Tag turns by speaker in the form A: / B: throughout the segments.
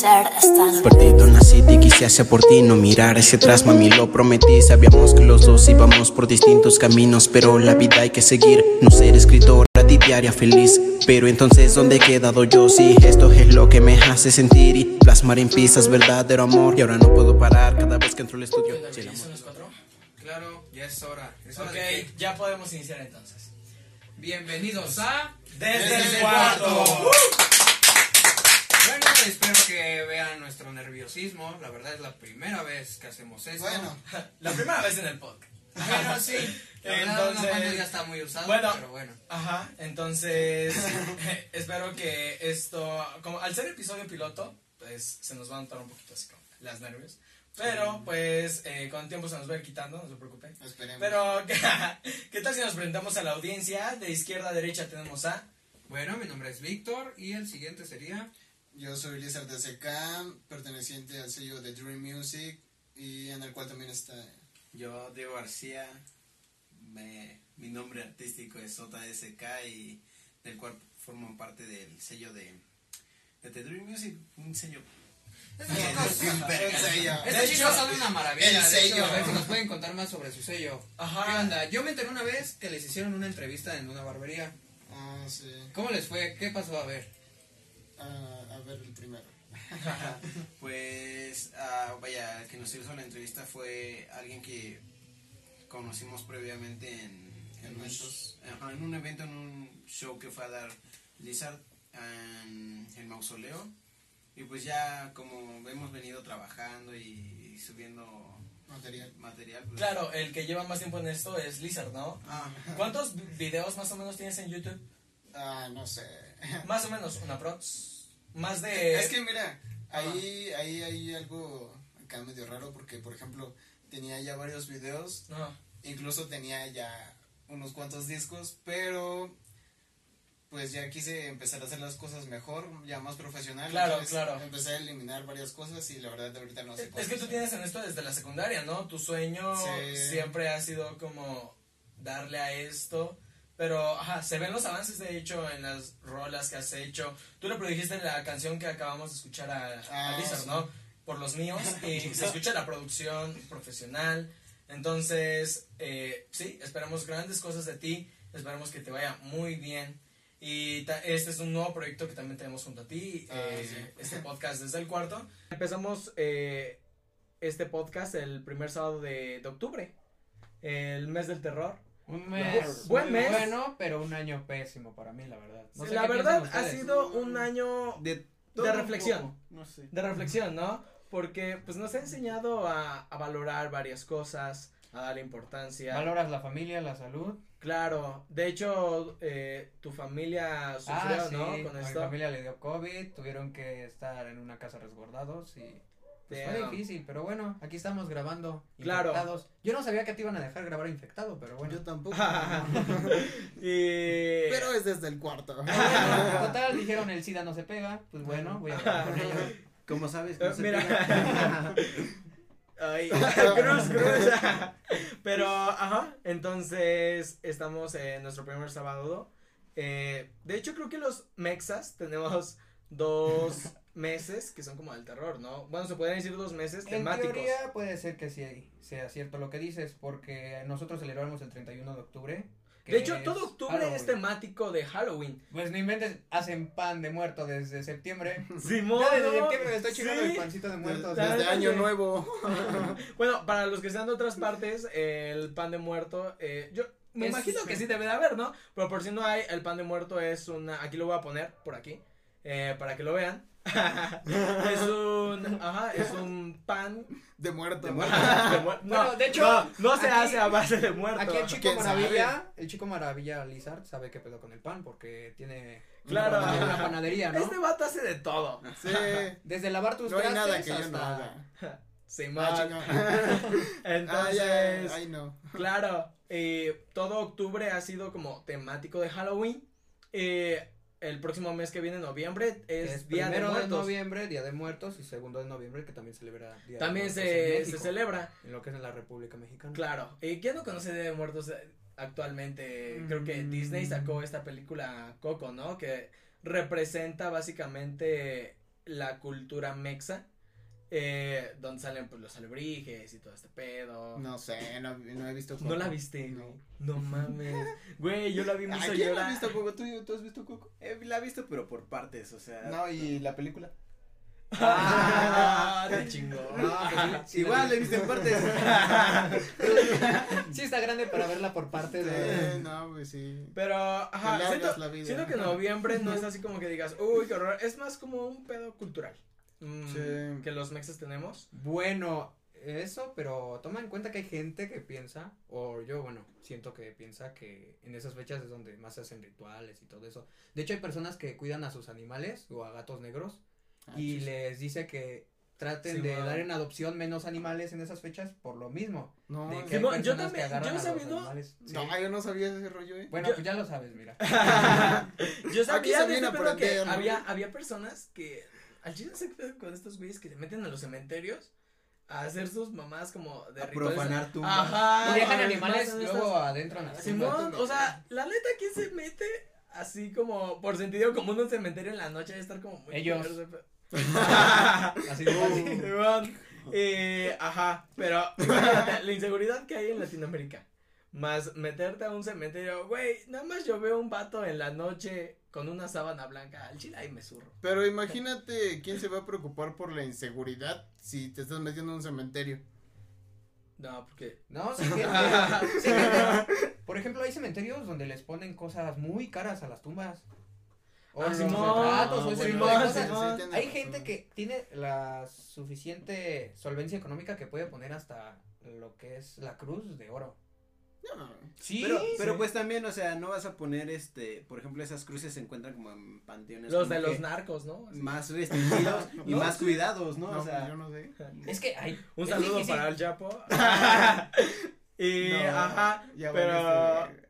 A: Santana.
B: Perdido nací y quise hacer por ti no mirar hacia atrás, mami, lo prometí. Sabíamos que los dos íbamos por distintos caminos, pero la vida hay que seguir. No ser escritora a ti diaria feliz, pero entonces ¿dónde he quedado yo? Si esto es lo que me hace sentir y plasmar en piezas verdadero amor. Y ahora no puedo parar cada vez que entro al estudio. Sí, el amor.
C: ¿Son los cuatro? Claro, ya es hora. Es hora
D: Ok,
C: de que-
D: ya podemos iniciar entonces.
C: Bienvenidos a
D: Desde el cuarto.
C: Bueno, pues, espero que vean nuestro nerviosismo. La verdad es la primera vez que hacemos esto.
E: Bueno,
D: La primera vez en el podcast.
C: Bueno, sí.
D: Entonces-
C: Entonces, ya está muy usado,
D: Bueno.
C: pero bueno.
D: Ajá, entonces espero que esto, como al ser episodio piloto, pues se nos va a notar un poquito así como las nervios. Pero pues eh, con tiempo se nos va a ir quitando, no se preocupen.
E: esperemos.
D: Pero, ¿qué tal si nos presentamos a la audiencia? De izquierda a derecha tenemos a...
C: Bueno, mi nombre es Víctor y el siguiente sería
E: Yo soy Lizard de SK, perteneciente al sello de Dream Music y en el cual también está.
F: Yo, Diego García, me- mi nombre artístico es JSK y del cual forman parte del sello de, de The Dream Music, un sello.
E: El sello.
C: Este chico sabe una maravilla.
E: el
C: de hecho,
E: sello.
C: a ver si nos pueden contar más sobre su sello.
D: Ajá.
C: ¿Qué onda? Yo me enteré una vez que les hicieron una entrevista en una barbería.
E: Ah, sí.
C: ¿Cómo les fue? ¿Qué pasó? A ver.
E: Ah, a ver el primero.
F: Pues, ah, vaya, el que nos hizo la entrevista fue alguien que conocimos previamente en, en
E: Eventos.
F: un- ajá, en un evento, en un show que fue a dar Lizard en el mausoleo. Y pues ya como hemos venido trabajando y, subiendo
E: Material.
F: material. pues-
D: Claro, el que lleva más tiempo en esto es Lizard, ¿no?
F: Ah,
D: ¿Cuántos vi- videos más o menos tienes en YouTube?
E: Ah, no sé.
D: Más o menos, una prox. Más de...
E: es que mira, ahí, ahí hay algo acá medio raro porque, por ejemplo, tenía ya varios videos
D: No.
E: incluso tenía ya unos cuantos discos, pero pues ya quise empezar a hacer las cosas mejor, ya más profesional.
D: Claro,
E: entonces
D: claro.
E: Empecé a eliminar varias cosas y la verdad ahorita no sé
D: Es que tú tienes en esto desde la secundaria, ¿no? Tu sueño
E: Sí.
D: siempre ha sido como darle a esto. Pero, ajá, se ven los avances, de hecho, en las rolas que has hecho. Tú le produjiste la canción que acabamos de escuchar a, a
E: Ah,
D: Lizard,
E: sí.
D: ¿no? Por los míos. Y se escucha la producción profesional. Entonces, eh, sí, esperamos grandes cosas de ti. Esperamos que te vaya muy bien. Y ta- este es un nuevo proyecto que también tenemos junto a ti.
E: Ah,
D: eh,
E: sí.
D: Este podcast desde el cuarto. Empezamos eh, este podcast el primer sábado de, de octubre, el mes del terror.
C: Un
D: mes Buen muy mes.
C: bueno, pero un año pésimo para mí, la verdad.
D: la verdad ha sido un año de,
F: todo un
D: reflexión,
F: poco, no sé.
D: de reflexión, ¿no? Porque pues nos ha enseñado a, a valorar varias cosas, a darle importancia.
C: Valoras la familia, la salud.
D: claro, de hecho eh, tu familia sufrió,
C: Ah, sí.
D: ¿no? Con
C: a mi
D: esto.
C: familia le dio COVID, tuvieron que estar en una casa resguardados y pues,
D: Damn.
C: fue difícil, pero bueno, aquí estamos grabando
D: Claro.
C: infectados. Yo no sabía que te iban a dejar grabar infectado, pero bueno.
E: tampoco.
D: Ah, Y-
E: es desde el cuarto.
D: Ah,
C: Bueno, Total, dijeron el SIDA no se pega, pues bueno, voy a grabar con ellos.
F: Como sabes,
D: Eh,
F: no se
D: mira.
F: pega.
D: Ay, cruz, cruz. Pero, ajá, entonces estamos en nuestro primer sábado. Eh, de hecho, creo que los mexas tenemos dos meses que son como del terror, ¿no? Bueno, se podrían decir dos meses
C: En
D: temáticos.
C: teoría puede ser que sí sea cierto lo que dices, porque nosotros celebramos el 31 de octubre. que
D: de hecho,
C: es
D: todo octubre
C: Halloween.
D: es temático de Halloween.
C: Pues no inventes, hacen pan de muerto desde septiembre.
D: Simón.
C: Yo desde septiembre me estoy
D: sí.
C: chingando el pancito de muertos. Este,
D: La-
E: Desde
D: Totalmente.
E: año nuevo.
D: Bueno, para los que sean de otras partes, el pan de muerto, eh, yo me
C: Es-
D: imagino que sí debe de haber, ¿no? Pero por si no hay, el pan de muerto es una, aquí lo voy a poner, por aquí, eh, para que lo vean. es un, ajá, es un pan
E: De muerto.
D: de muerto. No,
C: Bueno, de hecho,
D: no, no se
C: aquí-
D: hace a base de muerto.
C: Aquí el chico
E: ¿Quién sabe?
C: maravilla, el chico maravilla Lizard sabe qué pedo con el pan porque tiene una
D: Claro.
C: panadería- una panadería, ¿no?
D: Este vato hace de todo.
E: Sí.
C: Desde lavar tus
E: No hay nada
C: trastes
E: que yo no
C: hasta-
E: haga.
D: Sí,
E: Ah,
D: man.
E: chingado. Ah,
D: Entonces,
E: ya. Ay, no.
D: Claro, eh, todo octubre ha sido como temático de Halloween. Eh, el próximo mes que viene, noviembre, es,
C: es
D: Día de
C: primero de,
D: Muertos.
C: noviembre, Día de Muertos y segundo de noviembre que también celebra Día de
D: También
C: Muertos
D: se,
C: en
D: se
C: México,
D: celebra,
C: en lo que es en la República Mexicana.
D: claro. ¿Y quién no conoce Día de Muertos eh, actualmente? Creo que
C: Mm.
D: Disney sacó esta película Coco, ¿no? Que representa básicamente la cultura mexa. eh, donde salen pues los alebrijes y todo este pedo.
E: No sé, no, no he visto
D: ¿No la viste?
E: No.
D: güey? No mames. Güey, yo la vi
E: ¿A
D: mucho
E: quién no ha
D: llorar.
E: visto Coco? ¿Tú, ¿Tú has visto Coco?
A: Eh, la he visto, pero por partes, o sea.
E: No, ¿y la película?
D: Ah, te chingó.
E: pues Ah,
A: Igual la he visto en partes.
C: Sí está grande para verla por parte
E: Eh,
C: de...
E: no, pues sí.
D: Pero, ajá,
E: largas
D: siento,
E: la vida.
D: siento que noviembre no es así como que digas, uy, qué horror. Es más como un pedo cultural. mm,
E: Sí.
D: Que los mexas tenemos.
C: Bueno, eso, pero toma en cuenta que hay gente que piensa, o yo, bueno, siento que piensa que en esas fechas es donde más se hacen rituales y todo eso. De hecho, hay personas que cuidan a sus animales o a gatos negros
E: Ah,
D: Ah,
C: y les dice que traten
D: Sí,
C: de
D: wow.
C: dar en adopción menos animales en esas fechas por lo mismo.
E: No,
C: de
E: no,
C: que hay
D: Simón, yo
C: personas
D: también-
C: que agarran
D: yo
C: a los
D: sabiendo-
C: animales. Sí.
E: Ah, no, yo no sabía ese rollo, eh.
C: Bueno,
D: Yo-
C: pues ya lo sabes, mira.
D: Yo
E: Aquí
D: sabía
E: se
D: de este
E: viene a
D: pedo que
E: aprender, ¿no?
D: había, había personas que al chile se pedo con estos güeyes que se meten a los cementerios a hacer sus mamás como de
A: A
D: rituales.
A: profanar tumbas.
D: Ajá.
C: Y dejan
D: o
C: animales
D: más de
C: luego adentro en la
D: estas-
C: tumba.
D: Simón, o sea, la neta ¿quién se mete así como por sentido común a un cementerio en la noche de estar como muy
C: Ellos.
D: culero ese pedo.
C: Así de fácil.
D: Simón, eh, ajá, pero imagínate, la inseguridad que hay en Latinoamérica. Más meterte a un cementerio, güey, nada más yo veo un vato en la noche con una sábana blanca al chile y me zurro.
E: Pero imagínate quién se va a preocupar por la inseguridad si te estás metiendo en un cementerio.
D: No, porque.
C: No, sí gente, sí gente. Por ejemplo, hay cementerios donde les ponen cosas muy caras a las tumbas. O
D: Ah,
C: los
D: Simón,
C: retratos, o ese
D: Simón,
C: tipo de cosas.
D: Simón.
E: tienes
C: Hay
E: razón.
C: gente que tiene la suficiente solvencia económica que puede poner hasta lo que es la cruz de oro.
E: No,
C: Sí,
A: Pero, pero
C: sí.
A: pues también, o sea, no vas a poner este, por ejemplo, esas cruces se encuentran como en panteones.
D: Los
A: como
D: de los
A: que
D: narcos, ¿no? Así.
A: más restringidos y
E: No,
A: más cuidados, ¿no?
E: no,
A: o sea,
E: yo no sé.
C: es que hay.
D: Un
C: es
D: saludo
C: difícil.
D: para el Chapo. y,
E: No,
D: ajá,
E: ya
D: pero.
E: valiste.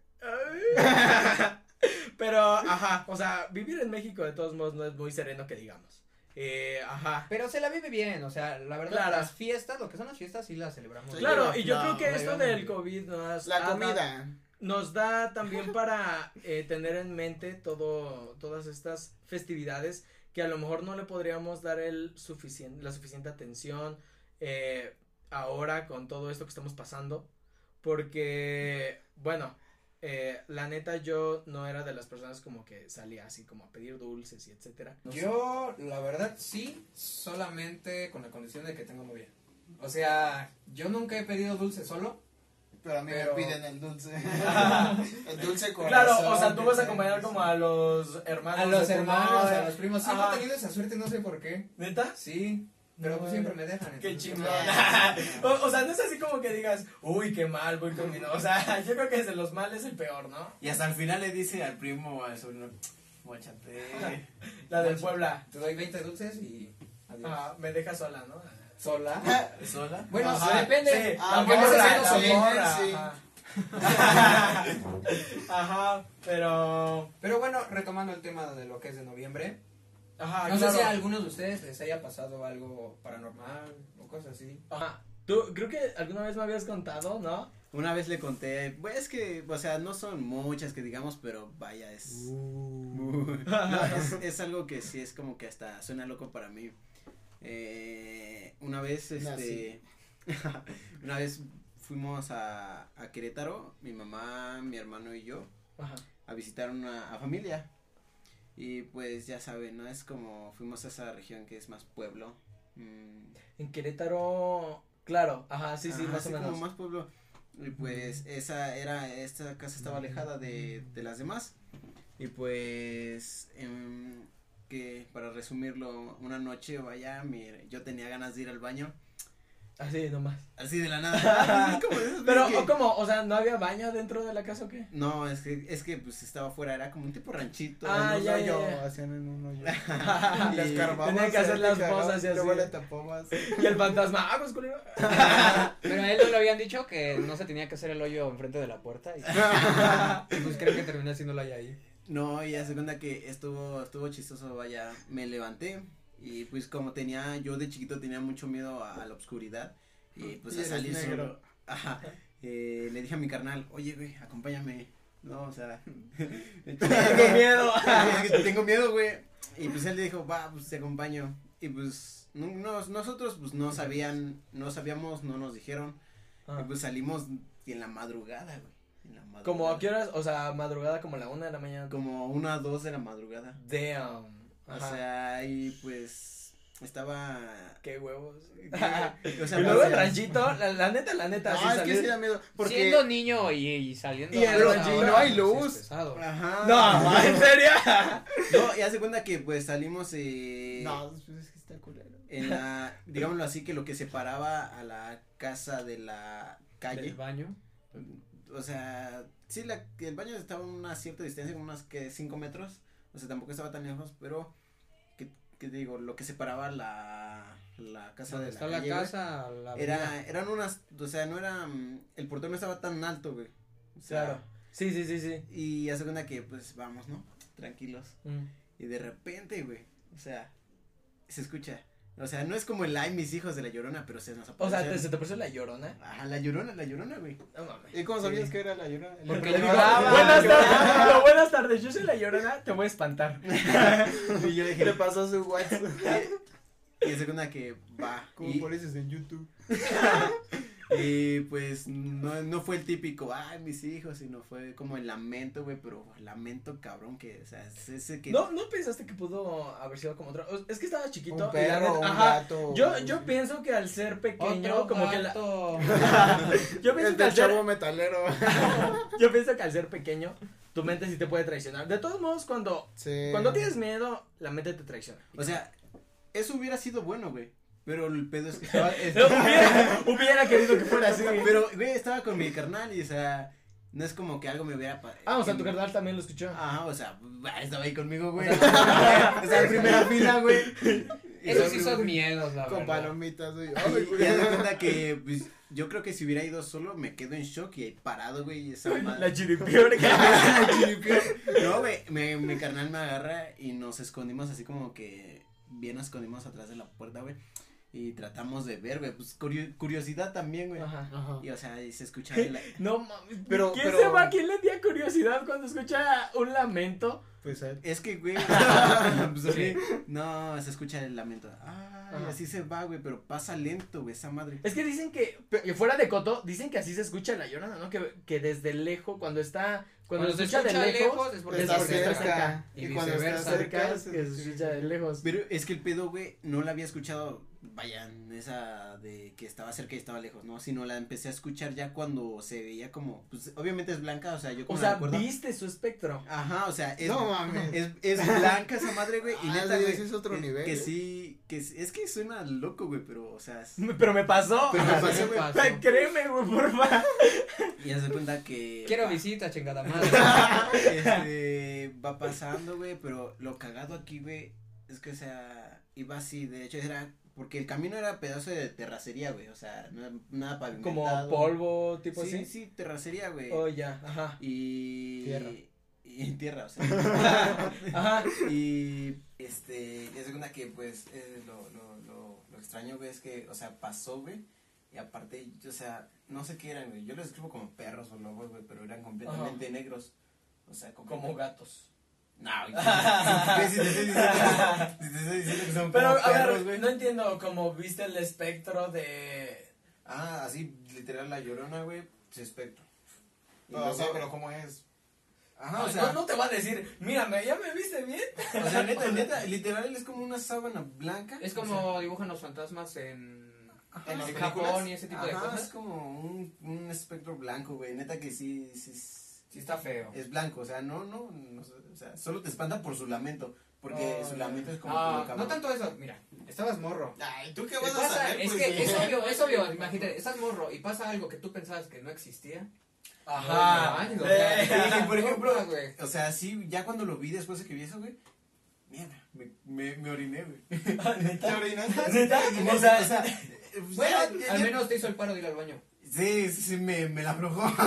D: pero, ajá, o sea, vivir en México de todos modos no es muy sereno que digamos. Eh, ajá.
C: Pero se la vive bien, o sea, la verdad,
D: Claro.
C: las fiestas, lo que son las fiestas, sí las celebramos.
E: Sí,
D: Claro, y yo
E: no,
D: creo que
C: no,
D: esto
C: no, no.
D: del COVID nos ha
E: La
D: dado-
E: comida.
D: nos da también para eh, tener en mente todo, todas estas festividades que a lo mejor no le podríamos dar el suficiente, la suficiente atención eh, ahora con todo esto que estamos pasando, porque, bueno, eh, la neta yo no era de las personas como que salía así como a pedir dulces y etcétera. No sé.
C: Yo, la verdad, sí, solamente con la condición de que tengo novia. O sea, yo nunca he pedido dulce solo.
E: Pero a mí
C: Pero-
E: me piden el dulce. el dulce corazón.
D: Claro, o sea, tú
E: que
D: vas a
E: traen,
D: acompañar
E: sí.
D: como a los hermanos. Ah.
C: A los
D: de tu
C: hermanos,
D: novia.
C: a los primos. Siempre
D: Ajá.
C: he tenido esa suerte, no sé por qué.
D: ¿Neta?
C: Sí, pero pues siempre me dejan.
D: Qué
C: entonces-
D: chingón. o, o sea, no es así como que digas, uy, qué mal, voy con mi no-". O sea, yo creo que de los males el peor, ¿no?
F: Y hasta al final le dice al primo o al sobrino, mochate.
D: La del Puebla.
C: Te doy 20 dulces y adiós.
D: Ah, me deja sola, ¿no?
C: ¿Sola?
F: ¿Sola?
C: Bueno,
D: Ajá,
C: Pues depende.
D: sí.
E: Ah,
C: Aunque no
E: morra,
C: se
E: sea
C: sienta
E: la
C: sola.
E: morra. sí.
D: Ajá. Ajá, pero.
C: Pero bueno, retomando el tema de lo que es de noviembre.
D: Ajá,
C: no
D: Ah, claro.
C: sé si a algunos de ustedes les haya pasado algo paranormal o cosas así.
D: Ajá. Tú, creo que alguna vez me habías contado, ¿no?
A: Una vez le conté, pues es que, o sea, no son muchas que digamos, pero vaya, es, No, es, es algo que sí es como que hasta suena loco para mí. Eh, una vez, este, una vez fuimos a, a Querétaro, mi mamá, mi hermano y yo,
D: Ajá.
A: a visitar una a familia. Y pues ya saben, ¿no? Es como fuimos a esa región que es más pueblo. mm,
D: En Querétaro. Claro, ajá, sí, sí,
A: Ajá,
D: más
A: sí,
D: o menos.
A: como más pueblo. Y pues esa era, esta casa estaba alejada de, de las demás. Y pues, em, que para resumirlo, una noche vaya, mire, yo tenía ganas de ir al baño,
D: Así nomás.
A: así de la nada. Es como de esas veces
D: Pero,
A: que-
D: ¿o ¿cómo? O sea, ¿no había baño dentro de la casa o qué?
A: No, es que, es que pues estaba afuera, era como un tipo ranchito.
D: Ah,
E: En un
D: ya,
E: hoyo,
D: ya, ya.
E: hacían en un hoyo.
A: Y-
E: Le escarbaban,
D: tenía que
E: se
D: hacer
E: le
D: las
E: cagaban,
D: cosas y
E: Luego
D: así.
E: le tapabas.
D: Y el fantasma, ah, pues culero.
C: Pero a él no le habían dicho que no se tenía que hacer el hoyo enfrente de la puerta. Y, y pues creen que terminó haciéndolo ahí, ahí.
A: No, y hace cuenta que estuvo, estuvo chistoso, vaya, me levanté y pues como tenía, yo de chiquito tenía mucho miedo a, a la oscuridad y pues
E: Y
A: a
E: eres
A: salir
E: negro.
A: solo. Ajá, eh, le dije a mi carnal, oye güey, acompáñame, no, o sea, tengo miedo, tengo miedo güey, y pues él dijo, va, pues te acompaño, y pues no- nos- nosotros pues no sabían, no sabíamos, no nos dijeron.
D: Ajá.
A: Y pues salimos y en la madrugada, güey. En la madrugada.
D: Como a qué horas, o sea, madrugada como a la una de la mañana.
A: Como una dos de la madrugada.
D: Damn. Ajá.
A: O sea, y pues estaba.
D: qué huevos.
A: o sea, pues,
D: y luego el
A: parecía-
D: ranchito, la, la neta, la neta,
A: No,
D: sí
A: es
D: salió-
A: que sí da miedo. Porque...
C: Siendo niño y, y saliendo.
A: Y el
C: ahora-
A: ranchito,
C: ahora,
A: y luz.
C: pues, es pesado.
A: Ajá.
D: No, ¿en serio?
A: No, y hace cuenta que pues salimos eh,
G: No, pues es que está culero.
A: en la, digámoslo así, que lo que separaba a la casa de la
C: Del
A: calle.
C: baño.
A: O sea, sí, la, el baño estaba a una cierta distancia, como unas que cinco metros. O sea, tampoco estaba tan lejos, pero, ¿qué, qué te digo? Lo que separaba la, la casa de
C: Donde
A: la
C: está
A: calle.
C: la
A: güey,
C: casa, la
A: Era,
C: avenida.
A: eran unas, o sea, no era, mm, el portón no estaba tan alto, güey. O sea,
D: Claro. Sí, sí, sí, sí.
A: Y hace cuenta que, pues, vamos, ¿no? Tranquilos.
D: Mm.
A: Y de repente, güey, o sea, se escucha. O sea, no es como el ay, mis hijos de la llorona, pero se nos
D: O sea,
A: apareció.
D: ¿te- ¿se te pareció la llorona?
A: Ajá, la llorona, la llorona, güey.
D: No mames.
G: ¿Y cómo sabías que era la llorona?
C: Porque
G: Le digo,
C: lloraba.
G: "Buenas
D: Buenas
G: tardes".
D: tardes, no, buenas tardes, yo soy la llorona, te voy a espantar.
A: Y yo
G: Le
A: dije,
G: pasó su WhatsApp.
A: y es una que va.
G: Como
A: Y,
G: por eso es en YouTube.
A: y, pues no, no fue el típico, ay, mis hijos, sino fue como el lamento, güey, pero lamento cabrón que, o sea, es ese que.
D: No, no pensaste que pudo haber sido como otro. Es que estaba chiquito.
G: Un
D: y la
G: perro,
D: neta-
G: un
D: ajá.
G: gato.
D: Yo, yo pienso que al ser pequeño,
C: Otro
D: como que la.
C: gato.
D: Yo
G: Es
D: pienso que al ser
G: chavo metalero.
D: Yo pienso que al ser pequeño, tu mente sí te puede traicionar. De todos modos, cuando,
G: Sí.
D: cuando tienes miedo, la mente te traiciona.
A: O sea, eso hubiera sido bueno, güey. Pero el pedo es que estaba.
D: No, hubiera, hubiera querido que fuera así.
A: pero, güey, estaba con mi carnal y, o sea, no es como que algo me hubiera pasado.
D: Ah, o sea, tu carnal también lo escuchó.
A: Ajá, o sea, bah, estaba ahí conmigo, güey. O sea, en primera fila, güey.
C: Esos sí son miedos, la
G: Con
C: verdad.
G: palomitas. güey. Ay,
A: Y,
G: güey.
A: y haz de cuenta que, pues, yo creo que si hubiera ido solo, me quedo en shock y ahí parado, güey, y esa
D: La
A: madre.
D: chiripiorca.
A: La chiripió. No, güey, me- mi carnal me agarra y nos escondimos así como que bien nos escondimos atrás de la puerta, güey. Y tratamos de ver, güey, pues, curio- curiosidad también, güey.
D: Ajá.
G: Ajá.
A: Y, o sea, y se escuchaba la...
D: No mames.
G: Pero-
D: ¿Quién
G: pero-
D: se va? ¿Quién le dio curiosidad cuando escucha un lamento?
G: Pues a él.
A: Es que, güey, pues, oye, no, se escucha el lamento. Ah, y
D: Ajá.
A: así se va, güey, pero pasa lento, güey, esa madre.
D: Es que dicen que, pe- que fuera de coto, dicen que así se escucha la llorona, ¿no? Que, que desde lejos, cuando está, cuando, se escucha, de lejos,
C: es
G: porque
D: está
G: cerca.
C: Y,
G: Y cuando está
C: viceversa.
G: cerca,
D: cerca,
G: se-
D: que se escucha de lejos.
A: Pero es que el pedo, güey, no la había escuchado, vayan, esa de que estaba cerca y estaba lejos, ¿no? Sino la empecé a escuchar ya cuando se veía como, pues, obviamente es blanca, o sea, yo
D: O
A: como la
D: sea,
A: recuerdo-
D: viste su espectro.
A: Ajá, o sea, es,
G: No mames.
A: es, es blanca esa madre, güey, y
G: Ah,
A: neta,
G: sí,
A: güey,
G: ese es otro
A: que-
G: nivel,
A: Que
G: ¿eh?
A: sí, que sí- es que suena loco, güey, pero, o sea, es-
D: Pero me pasó.
A: Pero me
C: Ah,
A: pasó,
C: sí,
A: güey.
C: pasó.
D: Créeme, güey, por favor.
A: y haz de cuenta que.
C: Quiero
A: va-
C: visita, chingada madre.
A: este, va pasando, güey, pero lo cagado aquí, güey, es que, o sea, iba así, de hecho era, porque el camino era pedazo de terracería, güey, o sea, no era nada
D: Como pues
A: pavimentado.
D: polvo, tipo
A: Sí,
D: así.
A: sí, terracería, güey.
D: Oh, ya, ajá.
A: Y...
G: Tierra.
A: Y tierra, o sea.
D: Ajá.
A: y...
F: Este, y es una que, pues, eh, lo, lo, lo, lo extraño, güey, es que, o sea, pasó, güey, y aparte, o sea, no sé qué eran, güey, yo los escribo como perros o lobos, güey, pero eran completamente negros, o sea,
D: Como
F: completamente-
D: gatos.
F: No, güey, si te estoy diciendo- si te estoy diciendo que son
D: Pero,
F: como
D: a
F: perros,
D: ver,
F: güey.
D: no entiendo cómo viste el espectro de.
F: Ah, así, literal, la llorona, güey, su espectro. Y
E: No, o sea,
F: luego-
E: pero ¿cómo es?
F: Ajá, Ah, o sea,
D: no, no te va a decir, mírame, ya me viste bien.
F: o sea, neta, neta, literal es como una sábana blanca.
C: Es como dibujan los fantasmas en,
F: en las
C: en
F: Ah, películas.
C: Japón y ese tipo de
F: Ajá,
C: cosas.
F: Es como un, un espectro blanco, güey. Neta que sí, sí, es-
C: Sí está feo.
F: es blanco. O sea, no, no, no sé, o sea, solo te espanta por su lamento. Porque
C: No,
F: su lamento es como que
C: Oh, No,
F: lo cabrón.
C: Ah, no tanto eso. Mira, estabas morro.
E: Ay, ¿tú qué
C: Te
E: vas a
C: pasa-
E: saber?
C: es
E: pues,
C: que
E: güey?
C: es obvio, es obvio. Imagínate, estás morro y pasa algo que tú pensabas que no existía.
D: Ajá.
C: No, no, no, no,
F: Eh,
C: no,
F: por ejemplo,
C: no, güey.
F: O sea, sí, ya cuando lo vi después de que vi eso, güey. Mierda, me, me, me oriné, güey.
E: ¿Te orinaste?
D: ¿Neta?
F: O sea, o sea,
C: Ah, Bueno,
F: Pues ya- ya-
C: al
F: ya-
C: menos te hizo el paro de ir al baño.
F: Sí, sí, sí, me, me la aflojó.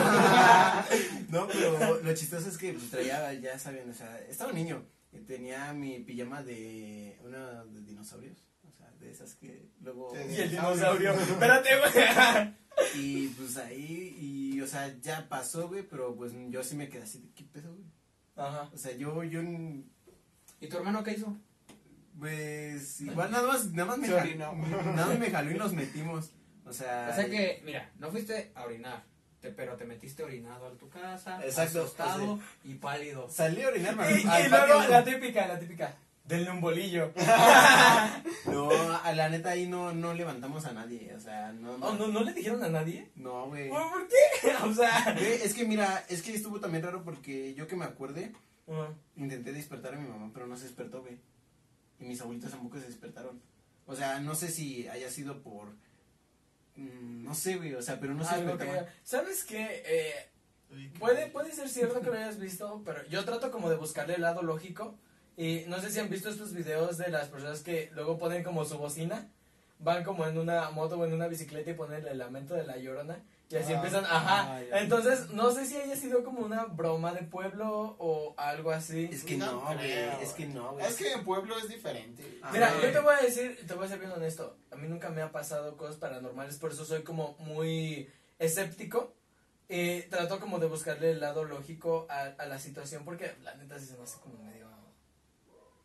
F: no, pero lo chistoso es que pues, traía, ya saben, o sea, estaba un niño. y Tenía mi pijama de una de dinosaurios. O sea, de esas que luego.
E: Sí,
D: Y el dinosaurio. Espérate, güey.
F: Y pues ahí, y o sea, ya pasó, güey, pero pues yo sí me quedé así de qué pedo, güey.
D: Ajá.
F: O sea, yo, yo. n-
C: ¿Y tu hermano qué hizo?
A: Pues igual nada más, nada más me,
H: Sorry,
A: jaló,
H: no.
A: nada más me jaló y nos metimos. O sea,
C: O sea que, mira, no fuiste a orinar, te- pero te metiste orinado a tu casa,
A: Exacto,
C: asustado y pálido.
A: salí a orinar man,
D: Y,
A: al
D: y
A: patio.
D: luego la típica, la típica. Denle un bolillo.
A: No, a la neta ahí no, no levantamos a nadie. O sea, no.
D: Oh, no, ¿No le dijeron a nadie?
A: No, güey.
D: ¿Por por qué? O sea.
A: Güey, Es que mira, es que estuvo también raro porque yo que me acuerde,
D: Ajá.
A: intenté despertar a mi mamá, pero no se despertó, güey. Y mis abuelitos tampoco se despertaron. O sea, no sé si haya sido por. mm, No sé, güey, o sea, pero no se
D: Algo que-
A: despertaban.
D: ¿Sabes qué? Eh, puede, puede ser cierto que lo hayas visto, pero yo trato como de buscarle el lado lógico. Y no sé si han visto estos videos de las personas que luego ponen como su bocina, van como en una moto o en una bicicleta y ponen el lamento de la llorona. Y así
H: Ah,
D: empiezan, ajá.
H: ah, ya.
D: Entonces, no sé si haya sido como una broma de pueblo o algo así.
A: Es que
E: No
A: no, güey,
E: creo.
A: es que no, güey.
E: Es que en pueblo es diferente.
A: Ah,
D: Mira,
A: güey.
D: yo te voy a decir, te voy a ser bien honesto, a mí nunca me ha pasado cosas paranormales, por eso soy como muy escéptico. Eh, trato como de buscarle el lado lógico a, a la situación, porque la neta sí se me hace como medio...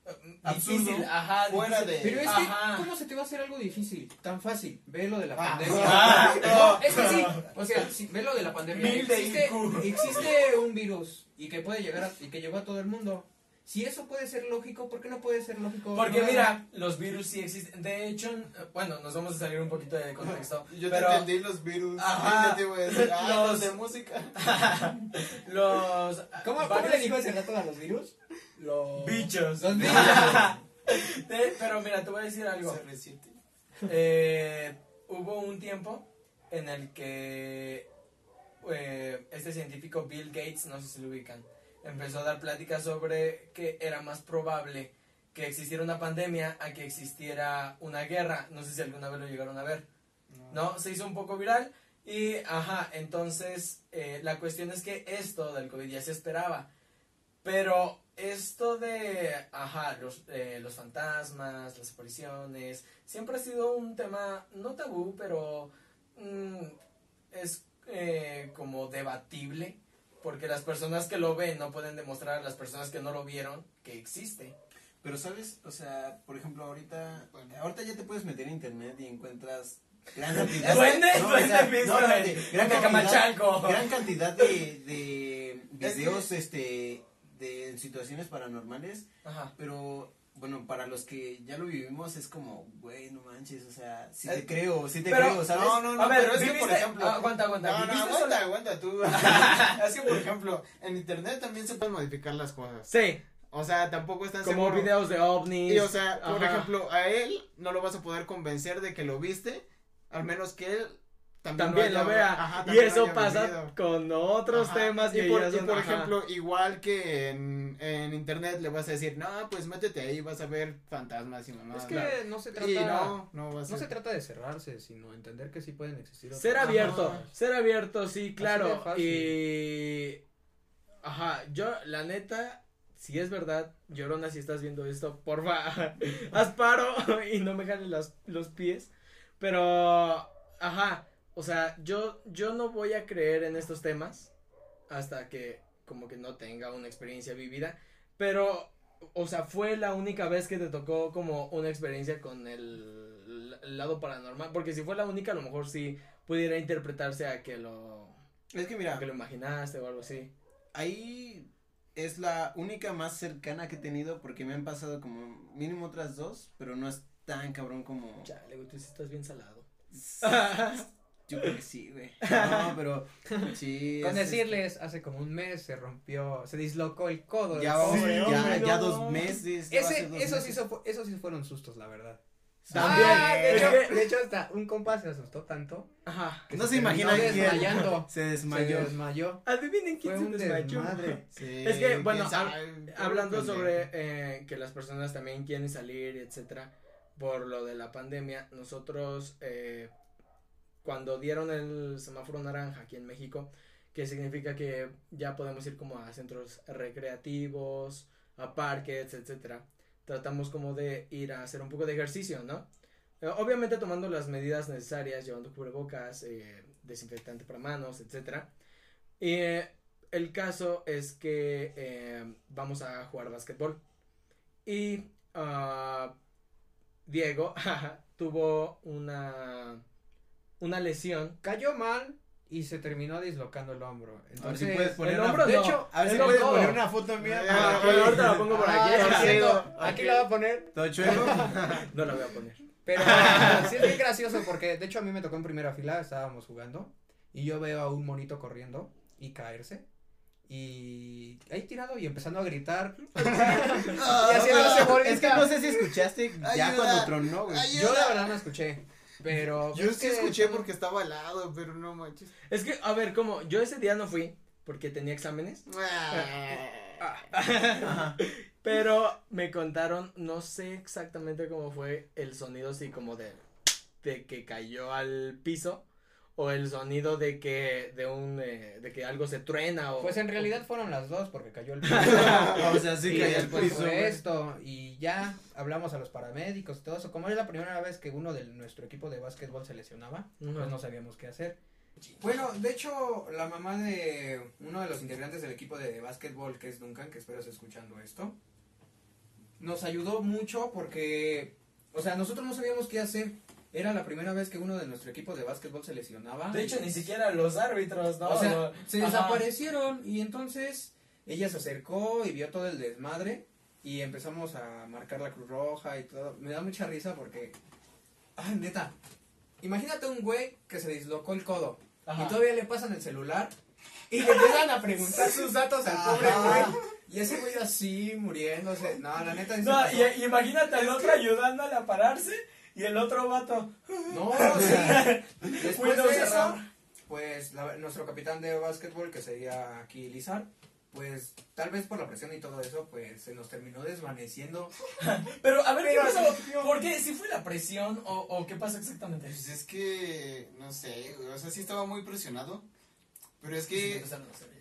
D: eh,
A: Absurdo.
D: Difícil, ajá.
E: Fuera
D: difícil.
E: de-
C: Pero es
D: Ajá.
C: que, ¿cómo se te va a hacer algo difícil? Tan fácil. Ve lo de la
E: Ah.
C: pandemia.
D: Ah,
C: no, es que sí. O sea, sí, ve lo de la pandemia.
D: Mil de
C: Existe,
D: IQ.
C: existe un virus y que puede llegar a- y que llegó a todo el mundo. Si eso puede ser lógico, ¿por qué no puede ser lógico?
D: Porque
C: No,
D: mira, los virus sí existen. De hecho, eh, bueno, nos vamos a salir un poquito de contexto.
E: Yo
D: pero
E: te entendí los virus.
D: Ajá.
E: Yo te iba a decir, ah,
D: Los-
E: los de música.
D: los... eh,
C: ¿Cómo, cómo
D: varios
C: le dijo ese rato a los virus? Los
D: Bichos.
C: Los bichos.
D: De- pero mira, te voy a decir algo.
E: CR7.
D: Eh, hubo un tiempo en el que eh, este científico Bill Gates, no sé si lo ubican, empezó a dar pláticas sobre que era más probable que existiera una pandemia a que existiera una guerra. No sé si alguna vez lo llegaron a ver. ¿No? Se hizo un poco viral. Y, ajá, entonces eh, la cuestión es que esto del COVID ya se esperaba. Pero esto de, ajá, los, eh, los fantasmas, las apariciones, siempre ha sido un tema, no tabú, pero mm, es eh, como debatible, porque las personas que lo ven no pueden demostrar a las personas que no lo vieron que existe.
A: Pero sabes, o sea, por ejemplo, ahorita,
E: Bueno.
A: ahorita ya te puedes meter a internet y encuentras gran cantidad,
D: Duende,
A: no,
D: duende,
A: o sea,
D: piso,
A: no, espérate,
D: eh.
A: gran
D: Cacamachalco.
A: cantidad, gran cantidad de, de videos, este, de situaciones paranormales,
D: Ajá.
A: pero bueno, para los que ya lo vivimos es como, güey, no manches, o sea, si
D: Eh,
A: te creo, si te
D: pero-
A: creo, ¿sabes?
E: No, no, no,
D: A ver,
E: pero es que, por
D: ¿viviste?
E: ejemplo.
D: Ah, aguanta, aguanta,
E: No, no,
D: ¿viviste
E: aguanta,
D: solo?
E: aguanta tú. es que, por ejemplo, en internet también se pueden modificar las cosas.
D: Sí,
E: O sea, tampoco están
D: como
E: seguro.
D: videos de ovnis.
E: Y, o sea, por
D: Ajá.
E: ejemplo, a él no lo vas a poder convencer de que lo viste, al menos que él también,
D: también lo
E: haya-
D: vea.
E: ajá,
D: y
E: también lo
D: eso
E: haya
D: pasa
E: vivido.
D: con otros
E: Ajá.
D: temas
E: y
D: que
E: por,
D: ya
E: y
D: son-
E: por
D: ajá.
E: ejemplo, igual que en, en internet le vas a decir, no, pues métete ahí, vas a ver fantasmas y mamá.
C: Es que no se trata.
E: Y no, no vas
C: No
E: a...
C: se trata de cerrarse, sino entender que sí pueden existir. otras
D: Ser
C: cosas.
D: abierto,
E: Ajá.
D: ser abierto, sí,
C: de
D: claro.
C: fácil.
D: Y. Ajá, yo, la neta, si es verdad, Llorona, si estás viendo esto, porfa, haz paro y no me jales las- los pies. Pero, ajá, o sea, yo, yo no voy a creer en estos temas hasta que, como que no tenga una experiencia vivida. Pero, o sea, fue la única vez que te tocó como una experiencia con el, el lado paranormal. Porque si fue la única, a lo mejor sí pudiera interpretarse a que lo,
A: Es que
D: a
A: mira,
D: que lo imaginaste o algo así.
A: ahí es la única más cercana que he tenido porque me han pasado como mínimo otras dos, pero no es tan cabrón como...
D: Chale, güey, tú sí estás bien salado.
A: Yo creo que sí, güey. No, pero sí.
C: Con
A: es, es-
C: decirles, hace como un mes se rompió, se dislocó el codo.
A: Ya,
C: del
A: vamos,
C: codo.
A: ya,
D: hombre,
A: ya
D: no.
A: dos meses. va a
C: Ese,
A: ser dos
C: esos, sí
A: meses.
C: so- esos sí fueron sustos, la verdad.
D: También.
C: Ah, de,
D: Es
C: hecho,
D: que-
C: de hecho, hasta un compa se asustó tanto.
D: Ajá.
C: que
A: No se
C: terminó
A: imagina quién.
C: desmayando.
A: Se
C: Se
A: desmayó.
C: desmayó.
D: Adivinen
C: Fue
D: quién se
C: un
D: desmayó.
C: desmadre.
E: Sí,
D: Es que, bueno,
E: quién sabe,
D: Hablando
E: pendejo.
D: sobre eh, que las personas también quieren salir, etcétera, por lo de la pandemia, nosotros eh, cuando dieron el semáforo naranja aquí en México, que significa que ya podemos ir como a centros recreativos, a parques, etcétera, tratamos como de ir a hacer un poco de ejercicio, ¿no? Eh, Obviamente tomando las medidas necesarias, llevando cubrebocas, eh, desinfectante para manos, etcétera. Y eh, em, el caso es que eh, vamos a jugar básquetbol. Y ah, Diego tuvo una, una lesión.
C: Cayó mal y se terminó dislocando el hombro.
A: A ver
C: Entonces,
A: si puedes poner
D: el
A: una
D: hombro
A: foto.
D: no. hecho,
A: a ver si
D: el
A: puedes
D: hombro.
A: poner una foto mía.
E: Eh,
D: Ah,
A: para-
D: ahorita la pongo por aquí.
C: Ah,
D: torcido.
C: aquí la voy a poner.
A: Todo chueco.
D: No la voy a poner.
C: Pero sí es bien gracioso porque, de hecho, a mí me tocó en primera fila, estábamos jugando, y yo veo a un monito corriendo y caerse, y ahí tirado y empezando a gritar. y haciéndose bolita.
A: Es que no sé si escuchaste ya
G: Ayuda.
A: cuando tronó, güey.
E: Ay,
C: Yo la verdad no escuché, pero...
G: Yo
C: ah, es
G: sí
C: que-
G: escuché porque estaba al lado, pero no manches.
D: Es que, a ver, como yo ese día no fui porque tenía exámenes.
C: Ah.
D: Pero me contaron, no sé exactamente cómo fue el sonido, si como de, de que cayó al piso o el sonido de que de un eh, de que algo se truena o
C: Pues en realidad fueron las dos porque cayó el piso.
A: O sea, sí
C: y
A: caía al
C: después
A: piso.
C: fue
A: güey.
C: esto y ya hablamos a los paramédicos y todo eso. Como era la primera vez que uno de nuestro equipo de básquetbol se lesionaba,
D: Ujú.
C: pues no sabíamos qué hacer. Bueno, de hecho, la mamá de uno de los integrantes del equipo de básquetbol, que es Duncan, que espero esté escuchando esto, nos ayudó mucho porque, o sea, nosotros no sabíamos qué hacer. Era la primera vez que uno de nuestro equipo de básquetbol se lesionaba.
I: De hecho, ni siquiera los árbitros, ¿no?
C: O sea,
I: No.
C: se
I: Ajá.
C: desaparecieron y entonces ella se acercó y vio todo el desmadre y empezamos a marcar la Cruz Roja y todo. Me da mucha risa porque, ay, neta, imagínate un güey que se dislocó el codo
I: Ajá.
C: y todavía le pasan el celular y le empiezan a preguntar sus datos al pobre güey. Y ese güey así muriéndose. No, la neta sí se
I: No,
C: pasó.
I: y, y imagínate al otro ayudándole a pararse y el otro vato.
C: No, sí. Después
I: Windows
C: de eso,
I: cerrado.
C: pues la- nuestro capitán de básquetbol, que sería aquí Lizard, pues tal vez por la presión y todo eso, pues se nos terminó desvaneciendo.
I: Pero a ver,
C: Pero
I: ¿qué
C: así-
I: pasó? ¿Por qué? ¿Sí fue la presión o, o qué pasa exactamente?
E: Pues es que, no sé, güey, o sea, sí estaba muy presionado. Pero es
I: Sí,
E: que,
I: empezaron a hacer-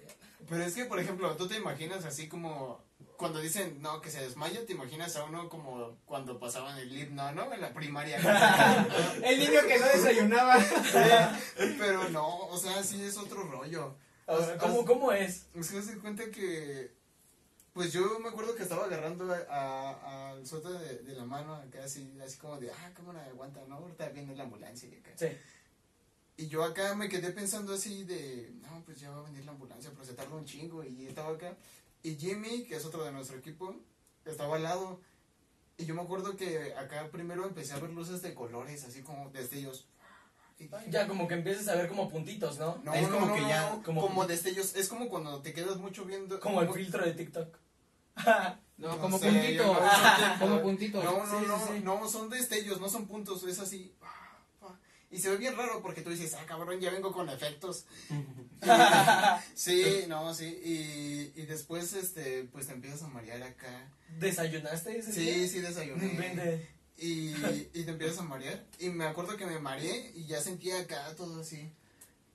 E: pero es que, por ejemplo, tú te imaginas así como, cuando dicen, no, que se desmaya, te imaginas a uno como cuando pasaban el himno, ¿no? En la primaria.
C: El niño que no desayunaba.
E: pero no, o sea, sí es otro rollo.
I: O sea, ¿Cómo, cómo es?
E: Es que se cuenta que. Pues yo me acuerdo que estaba agarrando a- a- al suéter de, de la mano, acá así, así como de, ah, cámara, aguanta, ¿no? Ahorita viene la ambulancia y acá.
I: Sí.
E: Y yo acá me quedé pensando así de, no, pues ya va a venir la ambulancia, pero se tarda un chingo. Y estaba acá. Y Jimmy, que es otro de nuestro equipo, estaba al lado. Y yo me acuerdo que acá primero empecé a ver luces de colores, así como destellos. Y dije,
I: Ya como que empiezas a ver como puntitos, ¿no?
E: no,
I: es
E: no,
I: como
E: no,
I: que
E: no,
I: ya...
E: no,
I: Como,
E: como destellos. Es como cuando te quedas mucho viendo.
I: como el
E: mu-
I: filtro de TikTok.
C: No,
E: No
C: como
E: sé,
C: puntito.
E: yo no-
C: como puntito.
E: No, no,
I: Sí,
E: no,
I: sí, sí.
E: no, son destellos, no son puntos, es así. ah, Y se ve bien raro porque tú dices, ah, cabrón, ya vengo con efectos. sí, no, sí. Y, y después, este, pues te empiezas a marear acá.
I: ¿Desayunaste ese
E: Sí,
I: día?
E: sí, desayuné.
I: Vende.
E: Y, y te empiezas a marear. Y me acuerdo que me mareé y ya sentía acá todo así.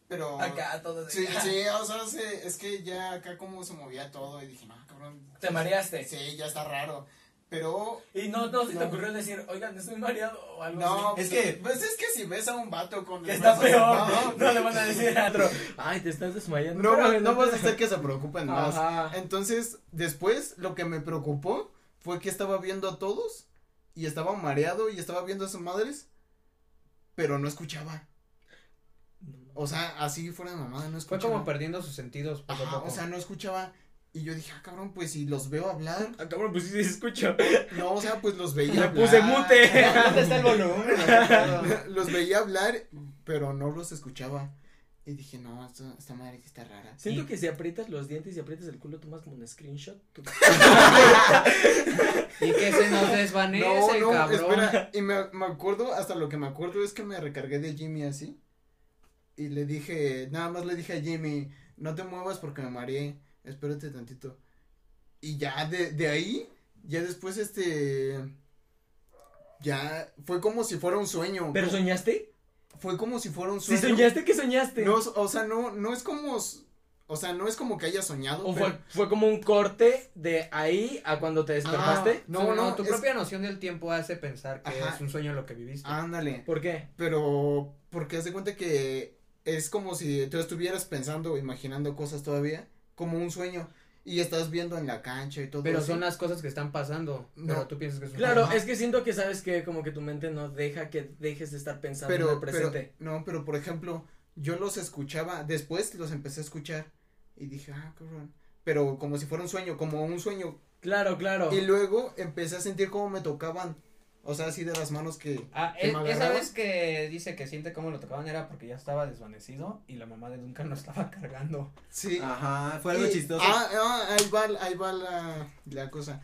E: Pero.
I: Acá todo de-
E: Sí, sí, o sea, sí, es que ya acá como se movía todo y dije, no, cabrón.
I: "Ah, Te mareaste.
E: Sí, ya está raro. Pero
I: Y no, no, se te
E: No.
I: ocurrió decir, oigan, estoy mareado o algo
E: No,
I: así.
E: es que, pues es que si ves a un vato con
I: Que
E: el
I: está
E: brazo
I: peor.
E: tapado,
I: No le van a decir a "Ah, otro.
D: Ay, te estás desmayando.
G: No,
D: Espérame,
G: va- no vas a
D: te-
G: hacer que se preocupen más.
D: Ajá.
G: Entonces, después lo que me preocupó fue que estaba viendo a todos y estaba mareado y estaba viendo a sus madres, pero no escuchaba. O sea, así fuera de mamada, no
C: Fue
G: escuchaba.
C: como perdiendo sus sentidos poco a
G: Ajá,
C: poco.
G: o sea, no escuchaba. Y yo dije, ah, cabrón, pues si los veo hablar.
D: Ah, cabrón, pues sí, sí, escucho.
G: No, o sea, pues los veía
D: Le
G: hablar.
D: puse mute.
C: ¿Dónde está el volumen?
G: los veía hablar, pero no los escuchaba. Y dije, no, esta, esta madre sí está rara.
D: Siento que si aprietas los dientes y aprietas el culo, tomas como un screenshot. Tú-
C: y que se nos
G: No,
C: desvanece,
G: no,
C: cabrón.
G: espera. Y me, me acuerdo, hasta lo que me acuerdo es que me recargué de Jimmy así. Y le dije, nada más le dije a Jimmy, no te muevas porque me mareé. Espérate tantito. Y ya de, de ahí, ya después este. Ya fue como si fuera un sueño.
D: ¿Pero soñaste?
G: fue como si fuera un
D: Si
G: sueño.
D: soñaste, ¿qué soñaste?
G: No, o sea, no, no es como. s- O sea, no es como que haya soñado.
D: ¿O
G: pero-
D: fue, fue como un corte de ahí a cuando te despertaste?
E: Ah.
G: no, no,
C: tu
G: es-
C: propia noción del tiempo hace pensar que
G: Ajá. Ah,
C: es un sueño lo que viviste.
G: Ándale.
D: ¿Por qué?
G: Pero porque haz de cuenta que es como si tú estuvieras pensando, imaginando cosas todavía, como un sueño.
E: y estás viendo en la cancha y todo
C: Pero
E: eso.
C: son las cosas que están pasando.
E: No.
C: Pero tú piensas que es un
D: Claro,
G: eh,
C: juego.
D: es que siento que sabes que como que tu mente no deja que dejes de estar pensando en el
E: pero, pero,
D: presente.
E: no, pero por ejemplo, yo los escuchaba, después los empecé a escuchar y dije, ah, cabrón, pero como si fuera un sueño, como un sueño,
D: Claro, claro.
E: y luego empecé a sentir cómo me tocaban, o sea, así de las manos que,
C: Ah,
E: que
C: e-
E: me
C: esa
E: agarraban.
C: vez que dice que siente cómo lo tocaban era porque ya estaba desvanecido y la mamá de Duncan lo estaba cargando.
E: sí,
A: Ajá, fue algo
E: Y-
A: chistoso.
E: Ah, ah, ahí va, ahí va la, la cosa.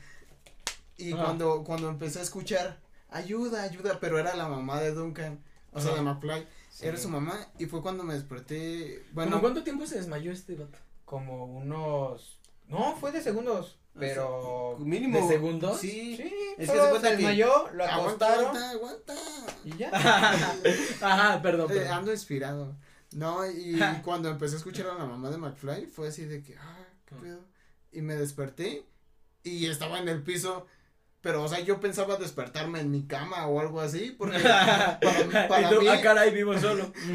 E: Y
C: Ajá.
E: cuando, cuando empecé a escuchar, ayuda, ayuda, pero era la mamá de Duncan, o sea,
C: Ajá.
E: de McFly, era
C: Sí.
E: su mamá, y fue cuando me desperté,
D: ¿Cómo
E: bueno,
D: cuánto tiempo se desmayó este vato?
C: Como unos. No, fue de segundos. Pero.
A: Mínimo.
D: ¿De segundos?
A: Sí.
C: Sí,
A: Es que
C: solo
A: se cuenta
C: se
A: que-
C: desmayó, lo
E: aguanta,
C: acostaron
E: aguanta, aguanta.
C: y ya.
D: Ajá, perdón,
E: Eh,
D: perdón.
E: ando inspirado, no, y cuando empecé a escuchar a la mamá de McFly, fue así de que, ah, qué
D: Ah.
E: pedo, y me desperté, y estaba en el piso, pero, o sea, yo pensaba despertarme en mi cama o algo así, porque para, para
D: y tú,
E: mí,
D: ah, caray, vivo solo.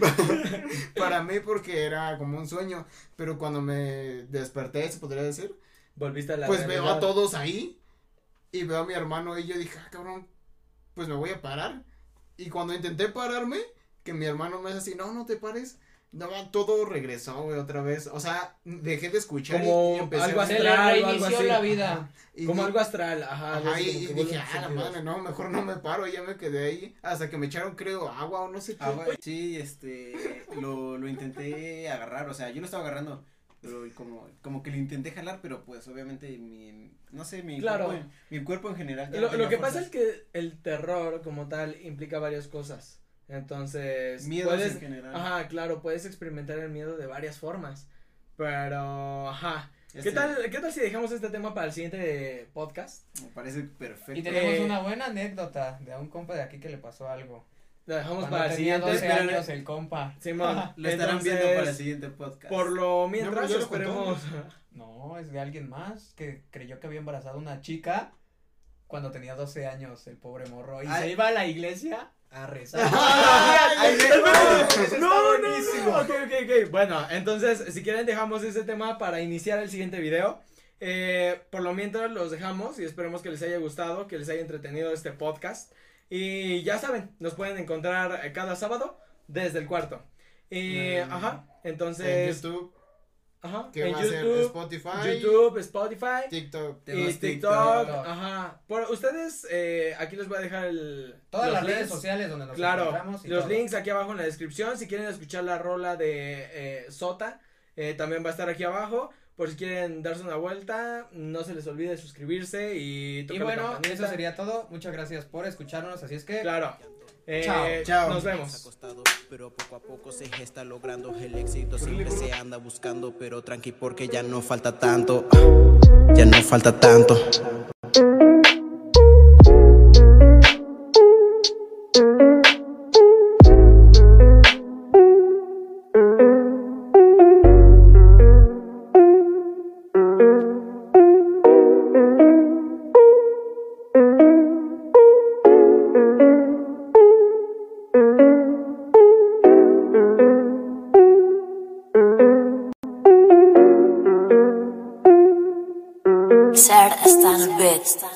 E: para, para mí porque era como un sueño, pero cuando me desperté, se podría decir,
D: Volviste a la
E: pues veo a
D: realidad.
E: todos ahí y veo a mi hermano y yo dije, ah, cabrón, pues me voy a parar. Y cuando intenté pararme, que mi hermano me hace así, no, no te pares. No, todo regresó, güey, otra vez. O sea, dejé de escuchar y-
D: Como
E: y, empecé
D: algo
E: a-
D: así,
C: Se le
D: Claro, algo
C: reinició
D: así.
C: la vida.
E: y
D: Como
E: di-
D: algo astral, ajá. algo
E: ajá,
D: así
E: y,
D: como
E: y
D: que
E: dije,
D: vuelven
E: ah, la
D: sentidos.
E: madre, no, mejor no me paro, y ya me quedé ahí hasta que me echaron, creo, agua o no sé qué.
A: Ah, bueno, sí, este, lo, lo intenté agarrar, o sea, yo lo estaba agarrando, pero como, como que lo intenté jalar, pero pues obviamente mi, no sé, mi,
D: Claro.
A: cuerpo, en- mi cuerpo en general. ya no
D: Lo, lo
A: tenía
D: que pasa es
A: fuerzas.
D: que el terror como tal implica varias cosas. Entonces,
A: Miedos
D: puedes,
A: en general.
D: ajá, claro, puedes experimentar el miedo de varias formas. Pero, ajá.
A: Este,
D: ¿Qué tal qué tal si dejamos este tema para el siguiente podcast?
A: Me parece
C: Y
A: perfecto.
C: tenemos
D: Eh,
C: una buena anécdota de a un compa de aquí que le pasó algo.
D: Lo dejamos
C: Cuando
D: para el
C: tenía
D: siguiente.
C: 12
A: pero-
C: años el compa.
D: Simón,
A: Lo estarán viendo para el
D: entonces,
A: siguiente podcast.
D: Por lo
E: No,
D: mientras
E: pero ya lo
D: esperemos.
C: No, es de alguien más que creyó que había embarazado una chica cuando tenía 12 años, el pobre morro. Y se
A: Ay.
C: iba a la iglesia a rezar.
A: Ay,
D: Espera,
A: no.
D: espera. No, no, no. Ok, ok, ok. Bueno, entonces, si quieren, dejamos ese tema para iniciar el siguiente video. Eh, por lo mientras los dejamos y esperemos que les haya gustado, que les haya entretenido este podcast. Y ya saben, nos pueden encontrar eh, cada sábado desde el cuarto. Y,
E: Mm.
D: ajá,
E: en
D: entonces,
E: YouTube,
D: ajá,
E: que
D: en
E: va a ser
D: YouTube,
E: Spotify,
D: YouTube, Spotify,
E: TikTok.
D: y
A: Tenemos
D: TikTok,
C: TikTok.
D: ajá. Por, ustedes, eh, aquí les voy a dejar el.
C: Todas
D: los
C: las redes
D: links.
C: sociales donde nos
D: Claro,
C: encontramos. y
D: los
C: todo.
D: links aquí abajo en la descripción. Si quieren escuchar la rola de eh, Sota, eh, también va a estar aquí abajo. Por si quieren darse una vuelta, no se les olvide suscribirse y
C: Y
D: tocar la
C: bueno,
D: campanita.
C: eso sería todo. Muchas gracias por escucharnos. Así es que.
D: Claro. Eh,
C: Chao.
E: Chao.
D: Nos
J: Ha
D: vemos.
J: costado, pero poco a poco se está logrando el éxito. Siempre se anda buscando, pero tranqui porque ya no falta tanto. Ah, Ya no falta tanto.
K: Sad as a bitch.